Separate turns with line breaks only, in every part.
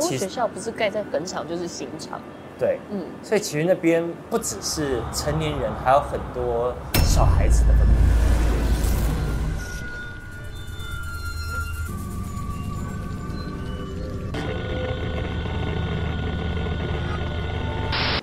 其实
学校不是盖在坟场就是刑场，
对，
嗯，
所以其实那边不只是成年人，还有很多小孩子的坟墓。
《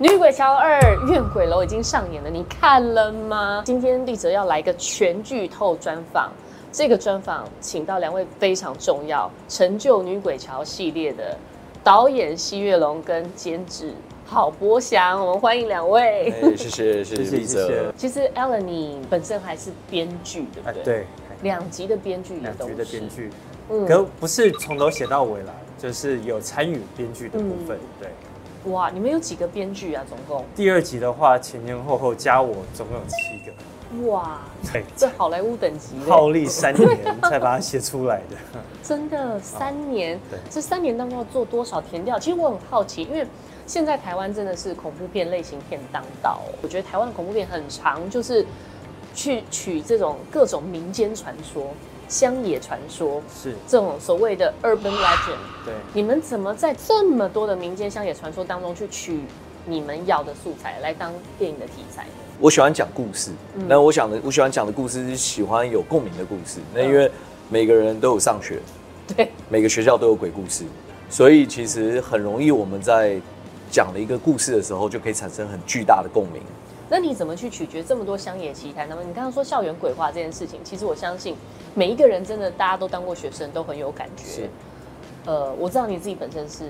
女鬼桥二：怨鬼楼》已经上演了，你看了吗？今天丽泽要来一个全剧透专访，这个专访请到两位非常重要、成就《女鬼桥》系列的导演西月龙跟监制郝柏祥，我们欢迎两位。
哎，谢谢谢
谢谢
谢丽泽，
其实 Ellen，你本身还是编剧，对不
啊
对？，
对，
两集的编剧也
两
都
局
是
的编，剧，
嗯，
可不是从头写到尾啦，就是有参与编剧的部分。
嗯
对，
哇，你们有几个编剧啊？总共？
第二集的话，前前后后加我总共有七个，
哇，
对，
这好莱坞等级的，
耗力三年才把它写出来的。
真的三年
对，
这三年当中要做多少填调？其实我很好奇，因为现在台湾真的是恐怖片类型片当道，我觉得台湾的恐怖片很长，就是去取这种各种民间传说、乡野传说
是，
这种所谓的 urban legend。
对。
你们怎么在这么多的民间乡野传说当中去取你们要的素材来当电影的题材呢？
我喜欢讲故事，那我想的我喜欢讲的故事是喜欢有共鸣的故事，那因为每个人都有上学，
对，
每个学校都有鬼故事，所以其实很容易我们在讲了一个故事的时候，就可以产生很巨大的共鸣。
那你怎么去取决这么多乡野奇谈？那么你刚刚说校园鬼话这件事情，其实我相信每一个人真的大家都当过学生，都很有感觉
是。
呃，我知道你自己本身是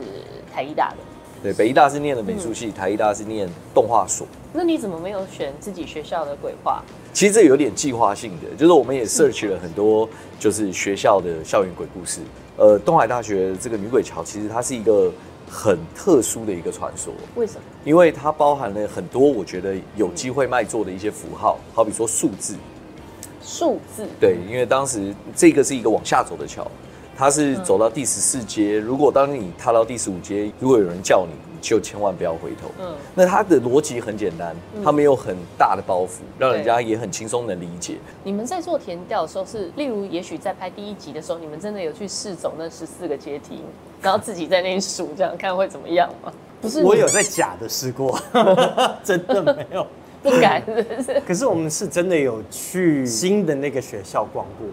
台艺大的，
对，北医大是嗯念的美术系，台医大是念动画所。
那你怎么没有选自己学校的鬼话？
其实这有点计划性的，就是我们也 search 了很多，就是学校的校园鬼故事。呃，东海大学这个女鬼桥，其实它是一个很特殊的一个传说，
为什么？
因为它包含了很多我觉得有机会卖座的一些符号，好比说数字，
数字
对，因为当时这个是一个往下走的桥，它是走到第十四街。如果当你踏到第十五街，如果有人叫你，你就千万不要回头。
嗯
嗯，那它的逻辑很简单，它没有很大的包袱，让人家也很轻松能理解。
你们在做填调的时候是，例如也许在拍第一集的时候，你们真的有去试走那十四个阶梯，然后自己在那里数，这样看会怎么样吗？不是，
我有在假的试过， 真的没有。
不 敢，是不是？
可是我们是真的有去新的那个学校逛过，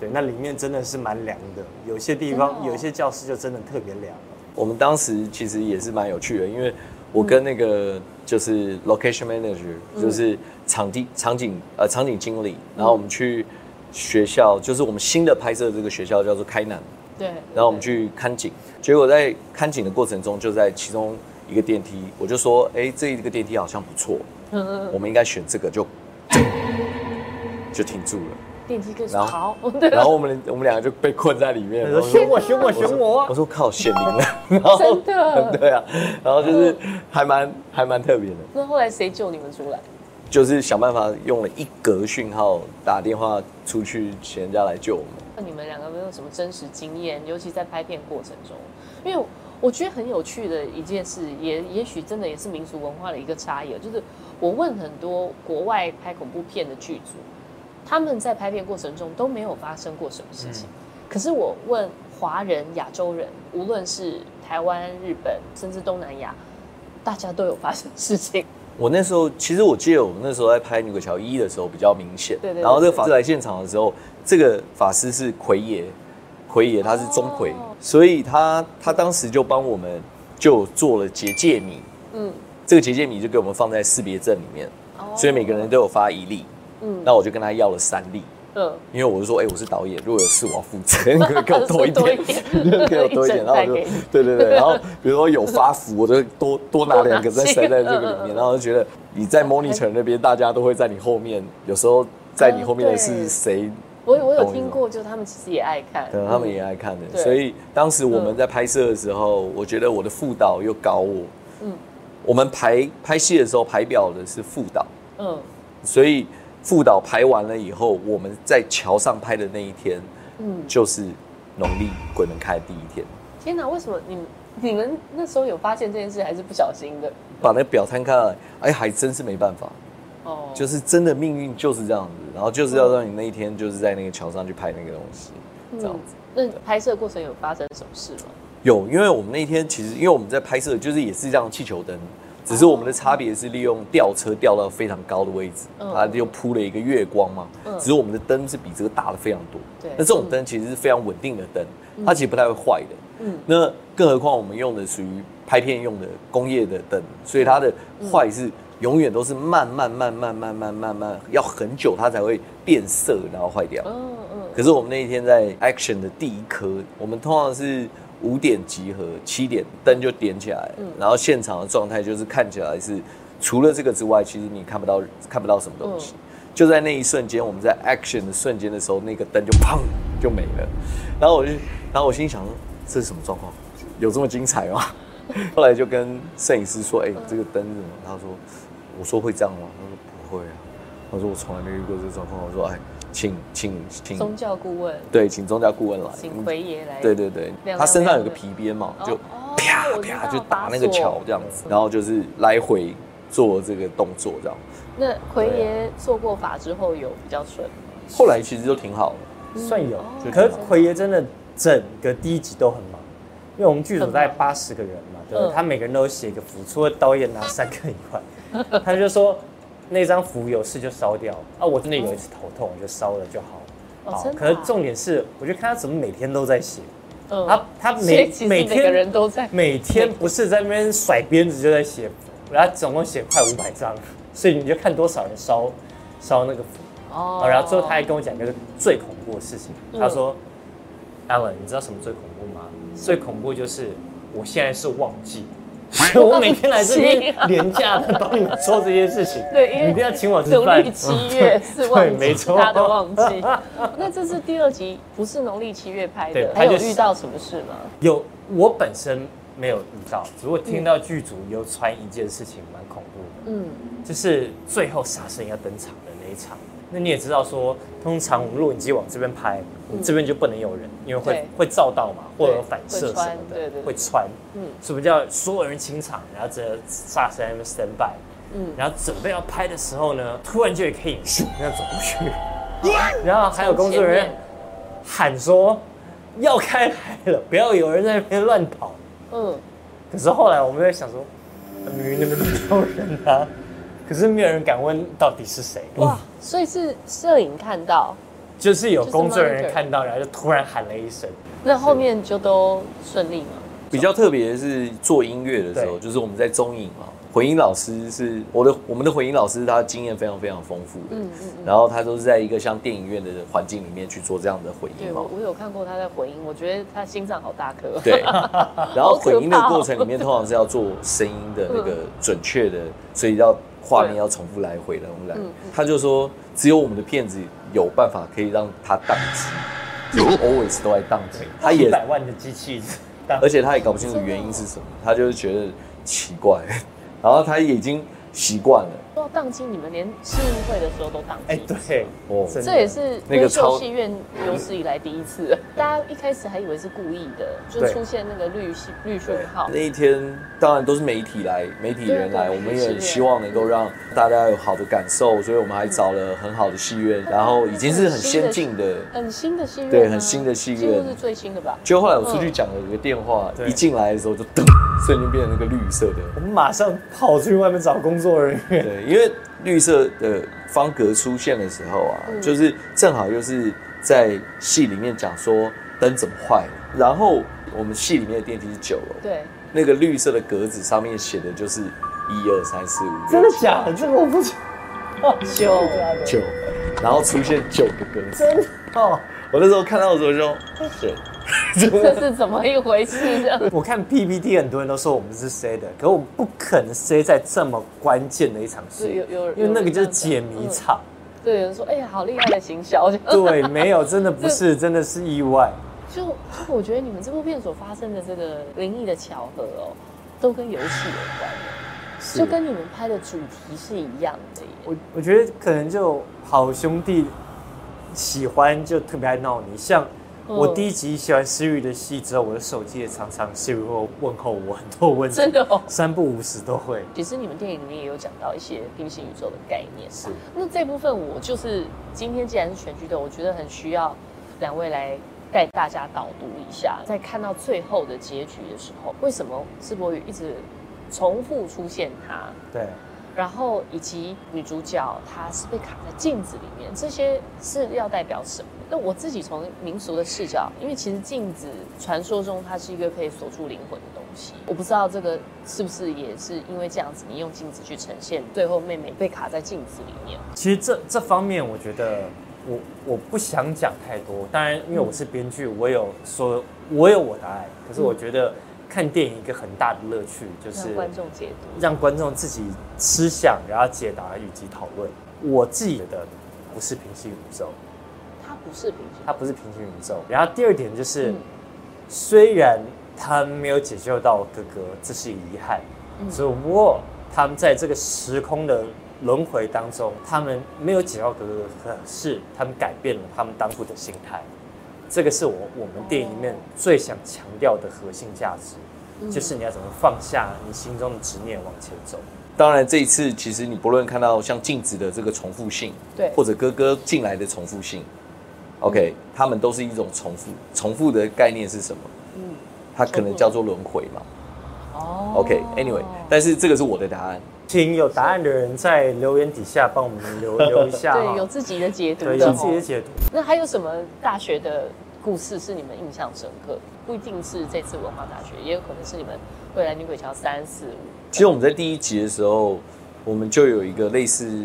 对，那里面真的是蛮凉的，有些地方、
真的哦
有些教室就真的特别凉。
我们当时其实也是蛮有趣的，因为我跟那个就是 location manager，、就是场地场景呃场景经理，然后我们去学校，就是我们新的拍摄的这个学校叫做开南。
对。
然后我们去看景，结果在看景的过程中，就在其中一个电梯，我就说，哎，这一个电梯好像不错，
嗯
我们应该选这个，就就停住 了。
电梯更
然后
好，对，
然后我们我们两个就被困在里面，
他说
然后说
选我选我
我说
选我
我
啊，
说靠，显灵了，然后
真的
对啊，然后就是还蛮还蛮特别的，
那后来谁救你们出来？
就是想办法用了一格讯号打电话出去，请人家来救我们。
那你们两个有没有什么真实经验？尤其在拍片过程中，因为我觉得很有趣的一件事，也也许真的也是民俗文化的一个差异哦，就是我问很多国外拍恐怖片的剧组，他们在拍片过程中都没有发生过什么事情。可是我问华人、亚洲人，无论是台湾、日本，甚至东南亚，大家都有发生事情。
我那时候其实我记得我那时候在拍《女鬼桥一》的时候比较明显，
对对对
然后这个法师来现场的时候，这个法师是奎爷，奎爷他是钟馗，
哦
所以他他当时就帮我们就做了结界米，
嗯，
这个结界米就给我们放在识别证里面，
哦
所以每个人都有发一粒，
嗯
那我就跟他要了三粒。
嗯，
因为我就说，哎、我是导演，如果有事我要负责， 你可不可以给我多一
多
点
一，
你可不可以 给我多一
一整
点，然后
袋
我就
给你
对对对，然后比如说有发福，我就多多拿两
多拿
个再
几个
塞在这个里
嗯嗯嗯
面，然后就觉得你在 monitor 那边，大家都会在你后面，有时候在你后面的是谁，
哦我我有
懂
听过，就他们其实也爱看，
可能他们也爱看
对
的，所以当时我们在拍摄的时候，我觉得我的副导又搞我，
嗯
嗯，我们排拍戏的时候排表的是副导，
嗯，
所以副导排完了以后，我们在桥上拍的那一天，
嗯
嗯，就是农历鬼门开的第一天，
天哪，为什么你你们那时候有发现这件事，还是不小心的？
把那表摊开来，哎，还真是没办法，
哦，
就是是真的命运就是这样子，然后就是要让你那一
嗯
天就是在那个桥上去拍那个东西，这样子。
那拍摄过程有发生什么事吗？
有，因为我们那天其实，因为我们在拍摄，就是也是这样气球灯，只是我们的差别是利用吊车吊到非常高的位置，
嗯
它就铺了一个月光嘛。
嗯
只是我们的灯是比这个大的非常多。
对
那这种灯其实是非常稳定的灯，它其实不太会坏的。
嗯
那更何况我们用的属于拍片用的工业的灯，所以它的
嗯
坏是永远都是慢慢慢慢慢慢慢慢，要很久它才会变色，然后坏掉。
嗯嗯，
可是我们那一天在 action 的第一颗，我们通常是五点集合，七点灯就点起来，然后现场的状态就是看起来是除了这个之外，其实你看不到看不到什么东西。就在那一瞬间，我们在 action 的瞬间的时候，那个灯就砰就没了。然后我就，然后我心想，这是什么状况？有这么精彩吗？后来就跟摄影师说：“哎、这个灯是什么？”他说：“我说会这样吗？”他说：“不会啊。”他说：“我从来没遇过这个状况。”我说：“哎，请请请
宗教顾问，
对，请宗教顾问来。
请奎爷来，
嗯对对对，
亮
他身上有个
亮的
皮鞭嘛，
哦，
就
哦
啪
我知
啪
道
就打那个
把锁
桥这样子，然后就是来回做这个动作这样。
那奎
啊
爷做过法之后有比较顺吗，
后来其实就挺好的，
算有
就。
可是
这样
奎爷真的整个第一集都很忙，因为我们剧组大概
很
八十个人嘛，对不对
嗯
他每个人都有写一个符，除了导演拿三个以 外，他就说那张符有事就烧掉啊。我真的有一次头痛，我就烧了就好。
哦
好
真，的啊
可是重点是，我就看他怎么每天都在写，
嗯
他他
所以
每
其实
每
每个人
天
都在，
每天不是在那边甩鞭子就在写符，然后总共写快五百张，所以你就看多少人烧烧那个符。
哦
哦，然后最后他还跟我讲一个最恐怖的事情，
嗯
他说：“Alan，你知道什么最恐怖吗？最恐怖就是我现在是忘记，所以我每天来这边廉价的帮你们做这些事情，
对因为
你一定要请我吃
农
饭
历。七月是
对
忘记，
没错
大家都忘 记。那这是第二集，不是农历七月拍的
对，
还有
他就是
遇到什么事吗？
有我本身没有遇到，只不过听到剧组有传一件事情蛮恐怖的。”
嗯，
就是最后杀神要登场的那一场。那你也知道说，通常我们录影机往这边拍，这边就不能有人，因为会
对
会照到嘛，或者有
对
反
会
射什
穿
么的，
对对对
会穿。
嗯
嗯，所以我们叫所有人清场，然后这杀神在那边 stand by。嗯，然后准备要拍的时候呢，突然就有一黑影咻那走过去，然后还有工作人
前
员
面
喊说要开拍了，不要有人在那边乱跑。
嗯，
可是后来我们在想说，呃明明那边没有人啊， 可是没有人敢问到底是谁。哇，
哇，所以是摄影看到，
就是有工作人
就是 monitor
员看到，然后就突然喊了一声。
那后面就都顺利吗？
比较特别是做音乐的时候，
对
就是我们在中影嘛，混音老师是我的，我们的混音老师他经验非常非常丰富的，
嗯
然后他都是在一个像电影院的环境里面去做这样的混
对
音嘛
我，。我有看过他在回应，我觉得他心脏好大颗。
对，然后混音的
好可怕哦嗯
过程里面，通常是要做声音的那个准确的，所以要画面要重复来回来回来
嗯嗯。
他就说，只有我们的片子有办法可以让它宕机，就是 always 都在宕机。他
一
也，
百万的机器，
而且他也搞不清楚原因是什么，他就是觉得奇怪， 然后他已经习惯了。
说到宕机，你们连试映会的时候都宕
哎
机，，
对，
哦
真的
这也是
那个
优秀
超
戏院有史以来第一次。 大家一开始还以为是故意的，就
对
出现那个绿系绿讯号
那。一天当然都是媒体来，媒体人来，
对对对
我们
是
也
的
希望能够让大家有好的感受，所以我们还找了很好的戏院，然后已经是很先进的。
很新的戏院、啊，
对很新的戏院
几乎是最新的吧？
就后来我出去讲了有个电话，
对
一进来的时候就噔， 瞬间变成那个绿色的。
我们马上跑出去外面找工作人 员。
对，因为绿色的方格出现的时候啊，
嗯
就是正好又是在戏里面讲说灯怎么坏了，然后我们戏里面的电梯是九楼，
对，
那个绿色的格子上面写的就是一二三四五
真
六
的假的？这个我不知道。
九
九，然后出现九个格子。
真的哦，
我那时候看到的时候就，哎谁？
这 是怎么一回事？这样
我看 PPT 很多人都说我们是 C 的，可我不可能 C 在这么关键的一场戏，
是有有
因为那个就是
有人这
解
样讲嗯
谜场。
对，有人说，哎呀，好厉害的行销，这样
对，没有，真的不 是，真的是意外。
就就我觉得你们这部片所发生的这个灵异的巧合哦，都跟游戏有关的，
是
就跟你们拍的主题是一样的耶。
我我觉得可能就好兄弟喜欢就特别爱闹你，像
嗯
我第一集喜欢思雨的戏之后，我的手机也常常 Siri 会问候我很多问题，
真的哦
三不五时都会。
其实你们电影里面也有讲到一些平行宇宙的概念，是。那这部分我就是今天既然是全剧透，我觉得很需要两位来带大家导读一下，在看到最后的结局的时候，为什么世博宇一直重复出现他？
对，
然后以及女主角她是被卡在镜子里面，这些是要代表什么？那我自己从民俗的视角，因为其实镜子传说中它是一个可以锁住灵魂的东西，我不知道这个是不是也是因为这样子，你用镜子去呈现，最后妹妹被卡在镜子里面。
其实这这方面我觉得我我不想讲太多，当然因为我是编剧，我有说我有我的爱，可是我觉得看电影一个很大的乐趣就
嗯
是
让观众解读，
让观众自己吃想，然后解答以及讨论。我自己觉得不是平行宇宙，
它不是平行，
它不是平行宇宙。然后第二点就是，
嗯
虽然他没有解救到哥哥，这是遗憾，
嗯
只不过他们在这个时空的轮回当中，他们没有解到哥哥，可是他们改变了他们当初的心态。这个是我我们电影里面
哦
最想强调的核心价值，
嗯
就是你要怎么放下你心中的执念往前走。
当然，这一次其实你不论看到像镜子的这个重复性，
对
或者哥哥进来的重复性，OK，他们都是一种重复。重复的概念是什么？
嗯，
它可能叫做轮回嘛。
哦
OK，Anyway，、但是这个是我的答案。
请有答案的人在留言底下帮我们 留留一下
对，有
哈，
自己的解读
啊对，
的
有自己的
哦。
解读。
那还有什么大学的故事是你们印象深刻？不一定是这次文化大学，也有可能是你们未来女鬼桥三四五。
其实我们在第一集的时候，我们就有一个类似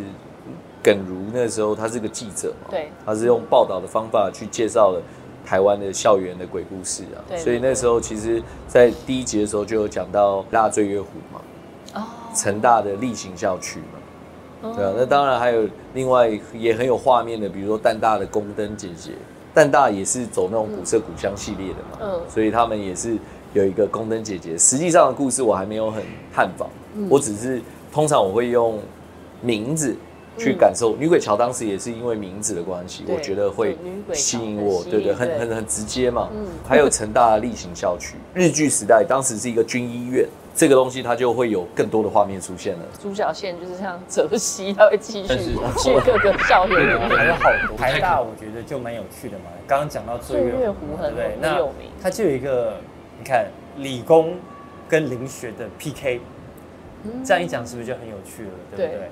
耿如那时候，他是个记者嘛，
对
他是用报道的方法去介绍了台湾的校园的鬼故事啊，
对
所以
对
那时候其实，在第一集的时候就有讲到大醉月湖嘛，
哦
成大的例行校区嘛，
嗯
对啊，那当然还有另外也很有画面的，比如说淡大的宫灯姐姐，淡大也是走那种古色古香系列的嘛，
嗯
所以他们也是有一个宫灯姐姐。实际上的故事我还没有很探访，
嗯
我只是通常我会用名字去感受。女鬼桥当时也是因为名字的关系，
嗯对
我觉得会
女鬼桥
吸引
很
我，
吸
对对，
引
很
对
很很直接嘛。
嗯
还有成大的例行校区，日据时代当时是一个军医院，这个东西它就会有更多的画面出现了。
主角线就是像泽西，他会继续
但是
去各个校园里
还有
面。
好多台大，我觉得就蛮有趣的嘛。刚刚讲到醉
醉
月
月
湖
湖，
对
很
不对？
很
那
有名
它就有一个，你看理工跟林学的 PK，这样一讲是不是就很有趣了？对不
嗯对
对？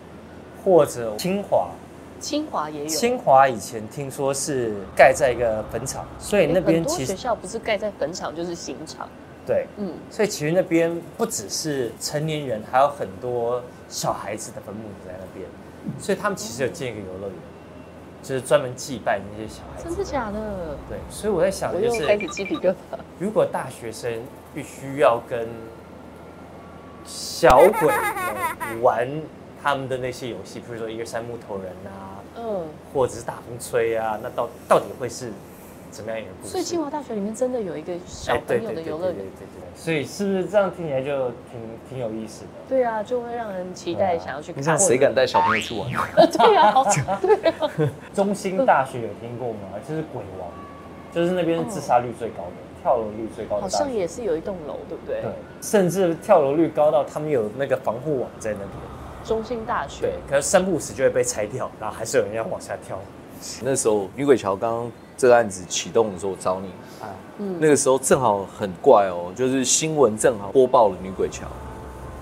或者清华，
清华也有，
清华以前听说是盖在一个坟场，所以
诶
那边
很多
其
学
实
校不是盖在坟场就是刑场。
对，
嗯，
所以其实那边不只是成年人，还有很多小孩子的坟墓在那边，所以他们其实有建一个游乐园，就是专门祭拜那些小孩
真
子。
的假的？
对，所以我在想，
我
啊就
又开始
是
鸡皮疙瘩。
如果大学生必须要跟小鬼们玩他们的那些游戏，比如说一个三木头人啊，
嗯，
或者是大风吹啊，那到到底会是怎么样一个故事？
所以清华大学里面真的有一个小
哎对
朋友的
对对对
游乐
对
园。
对对所以是不是这样听起来就挺挺有意思的？
对啊，就会让人期
对
待
啊
想要去看。
你想谁敢带小朋友去玩？
对啊，好对啊，
中兴大学有听过吗？就是鬼王，就是那边自杀率最高的、跳楼率最高
哦
的
好
大学
像也是有一栋楼，对不对
对？，甚至跳楼率高到他们有那个防护网在那边。
中兴大学
对，，可是三不五时就会被拆掉，然后还是有人要往下跳。
那时候女鬼桥刚刚这个案子启动的时候，我找你，
啊，
那个时候正好很怪哦，就是新闻正好播报了女鬼桥，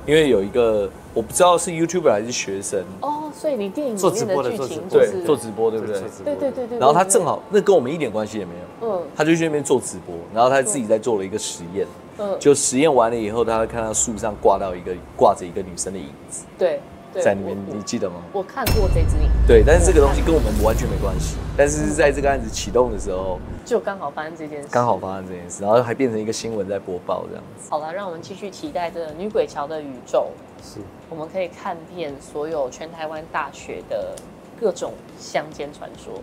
因为有一个我不知道是 YouTuber 还是学生，
哦，所以你电影里
做直
面
播
的
的
剧
做直
情
播
就
的
是
做直播对不对？
对对对对，
然后他
对
正，好，那跟我们一点关系也没有，
嗯
他就去那边做直播，然后他自己在做了一个实验，
嗯，
就实验完了以后，他看到树上挂到一个挂着一个女生的影子
对对，
在那边，
我
你记得吗？
我看过这支影，
对，但是这个东西跟我们完全没关系，但是是在这个案子启动的时候，
就刚好发生这件事，
刚好。发生这件事，然后还变成一个新闻在播报这样子。
好了，让我们继续期待这个女鬼桥的宇宙，
是
我们可以看遍所有全台湾大学的各种乡间传说。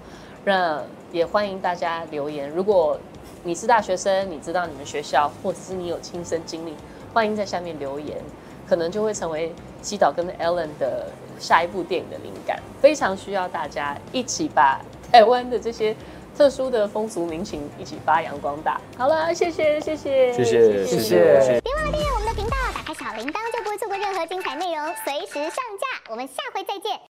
那也欢迎大家留言，如果你是大学生，你知道你们学校，或者是你有亲身经历，欢迎在下面留言，可能就会成为西岛跟 Ellen 的下一部电影的灵感。非常需要大家一起把台湾的这些。特殊的风俗民情一起发扬光大。好了，谢谢，谢谢，
谢
谢谢，
谢
谢谢，谢谢。
别忘了订阅我们的频道，打开小铃铛就不会错过任何精彩内容，随时上架。我们下回再见。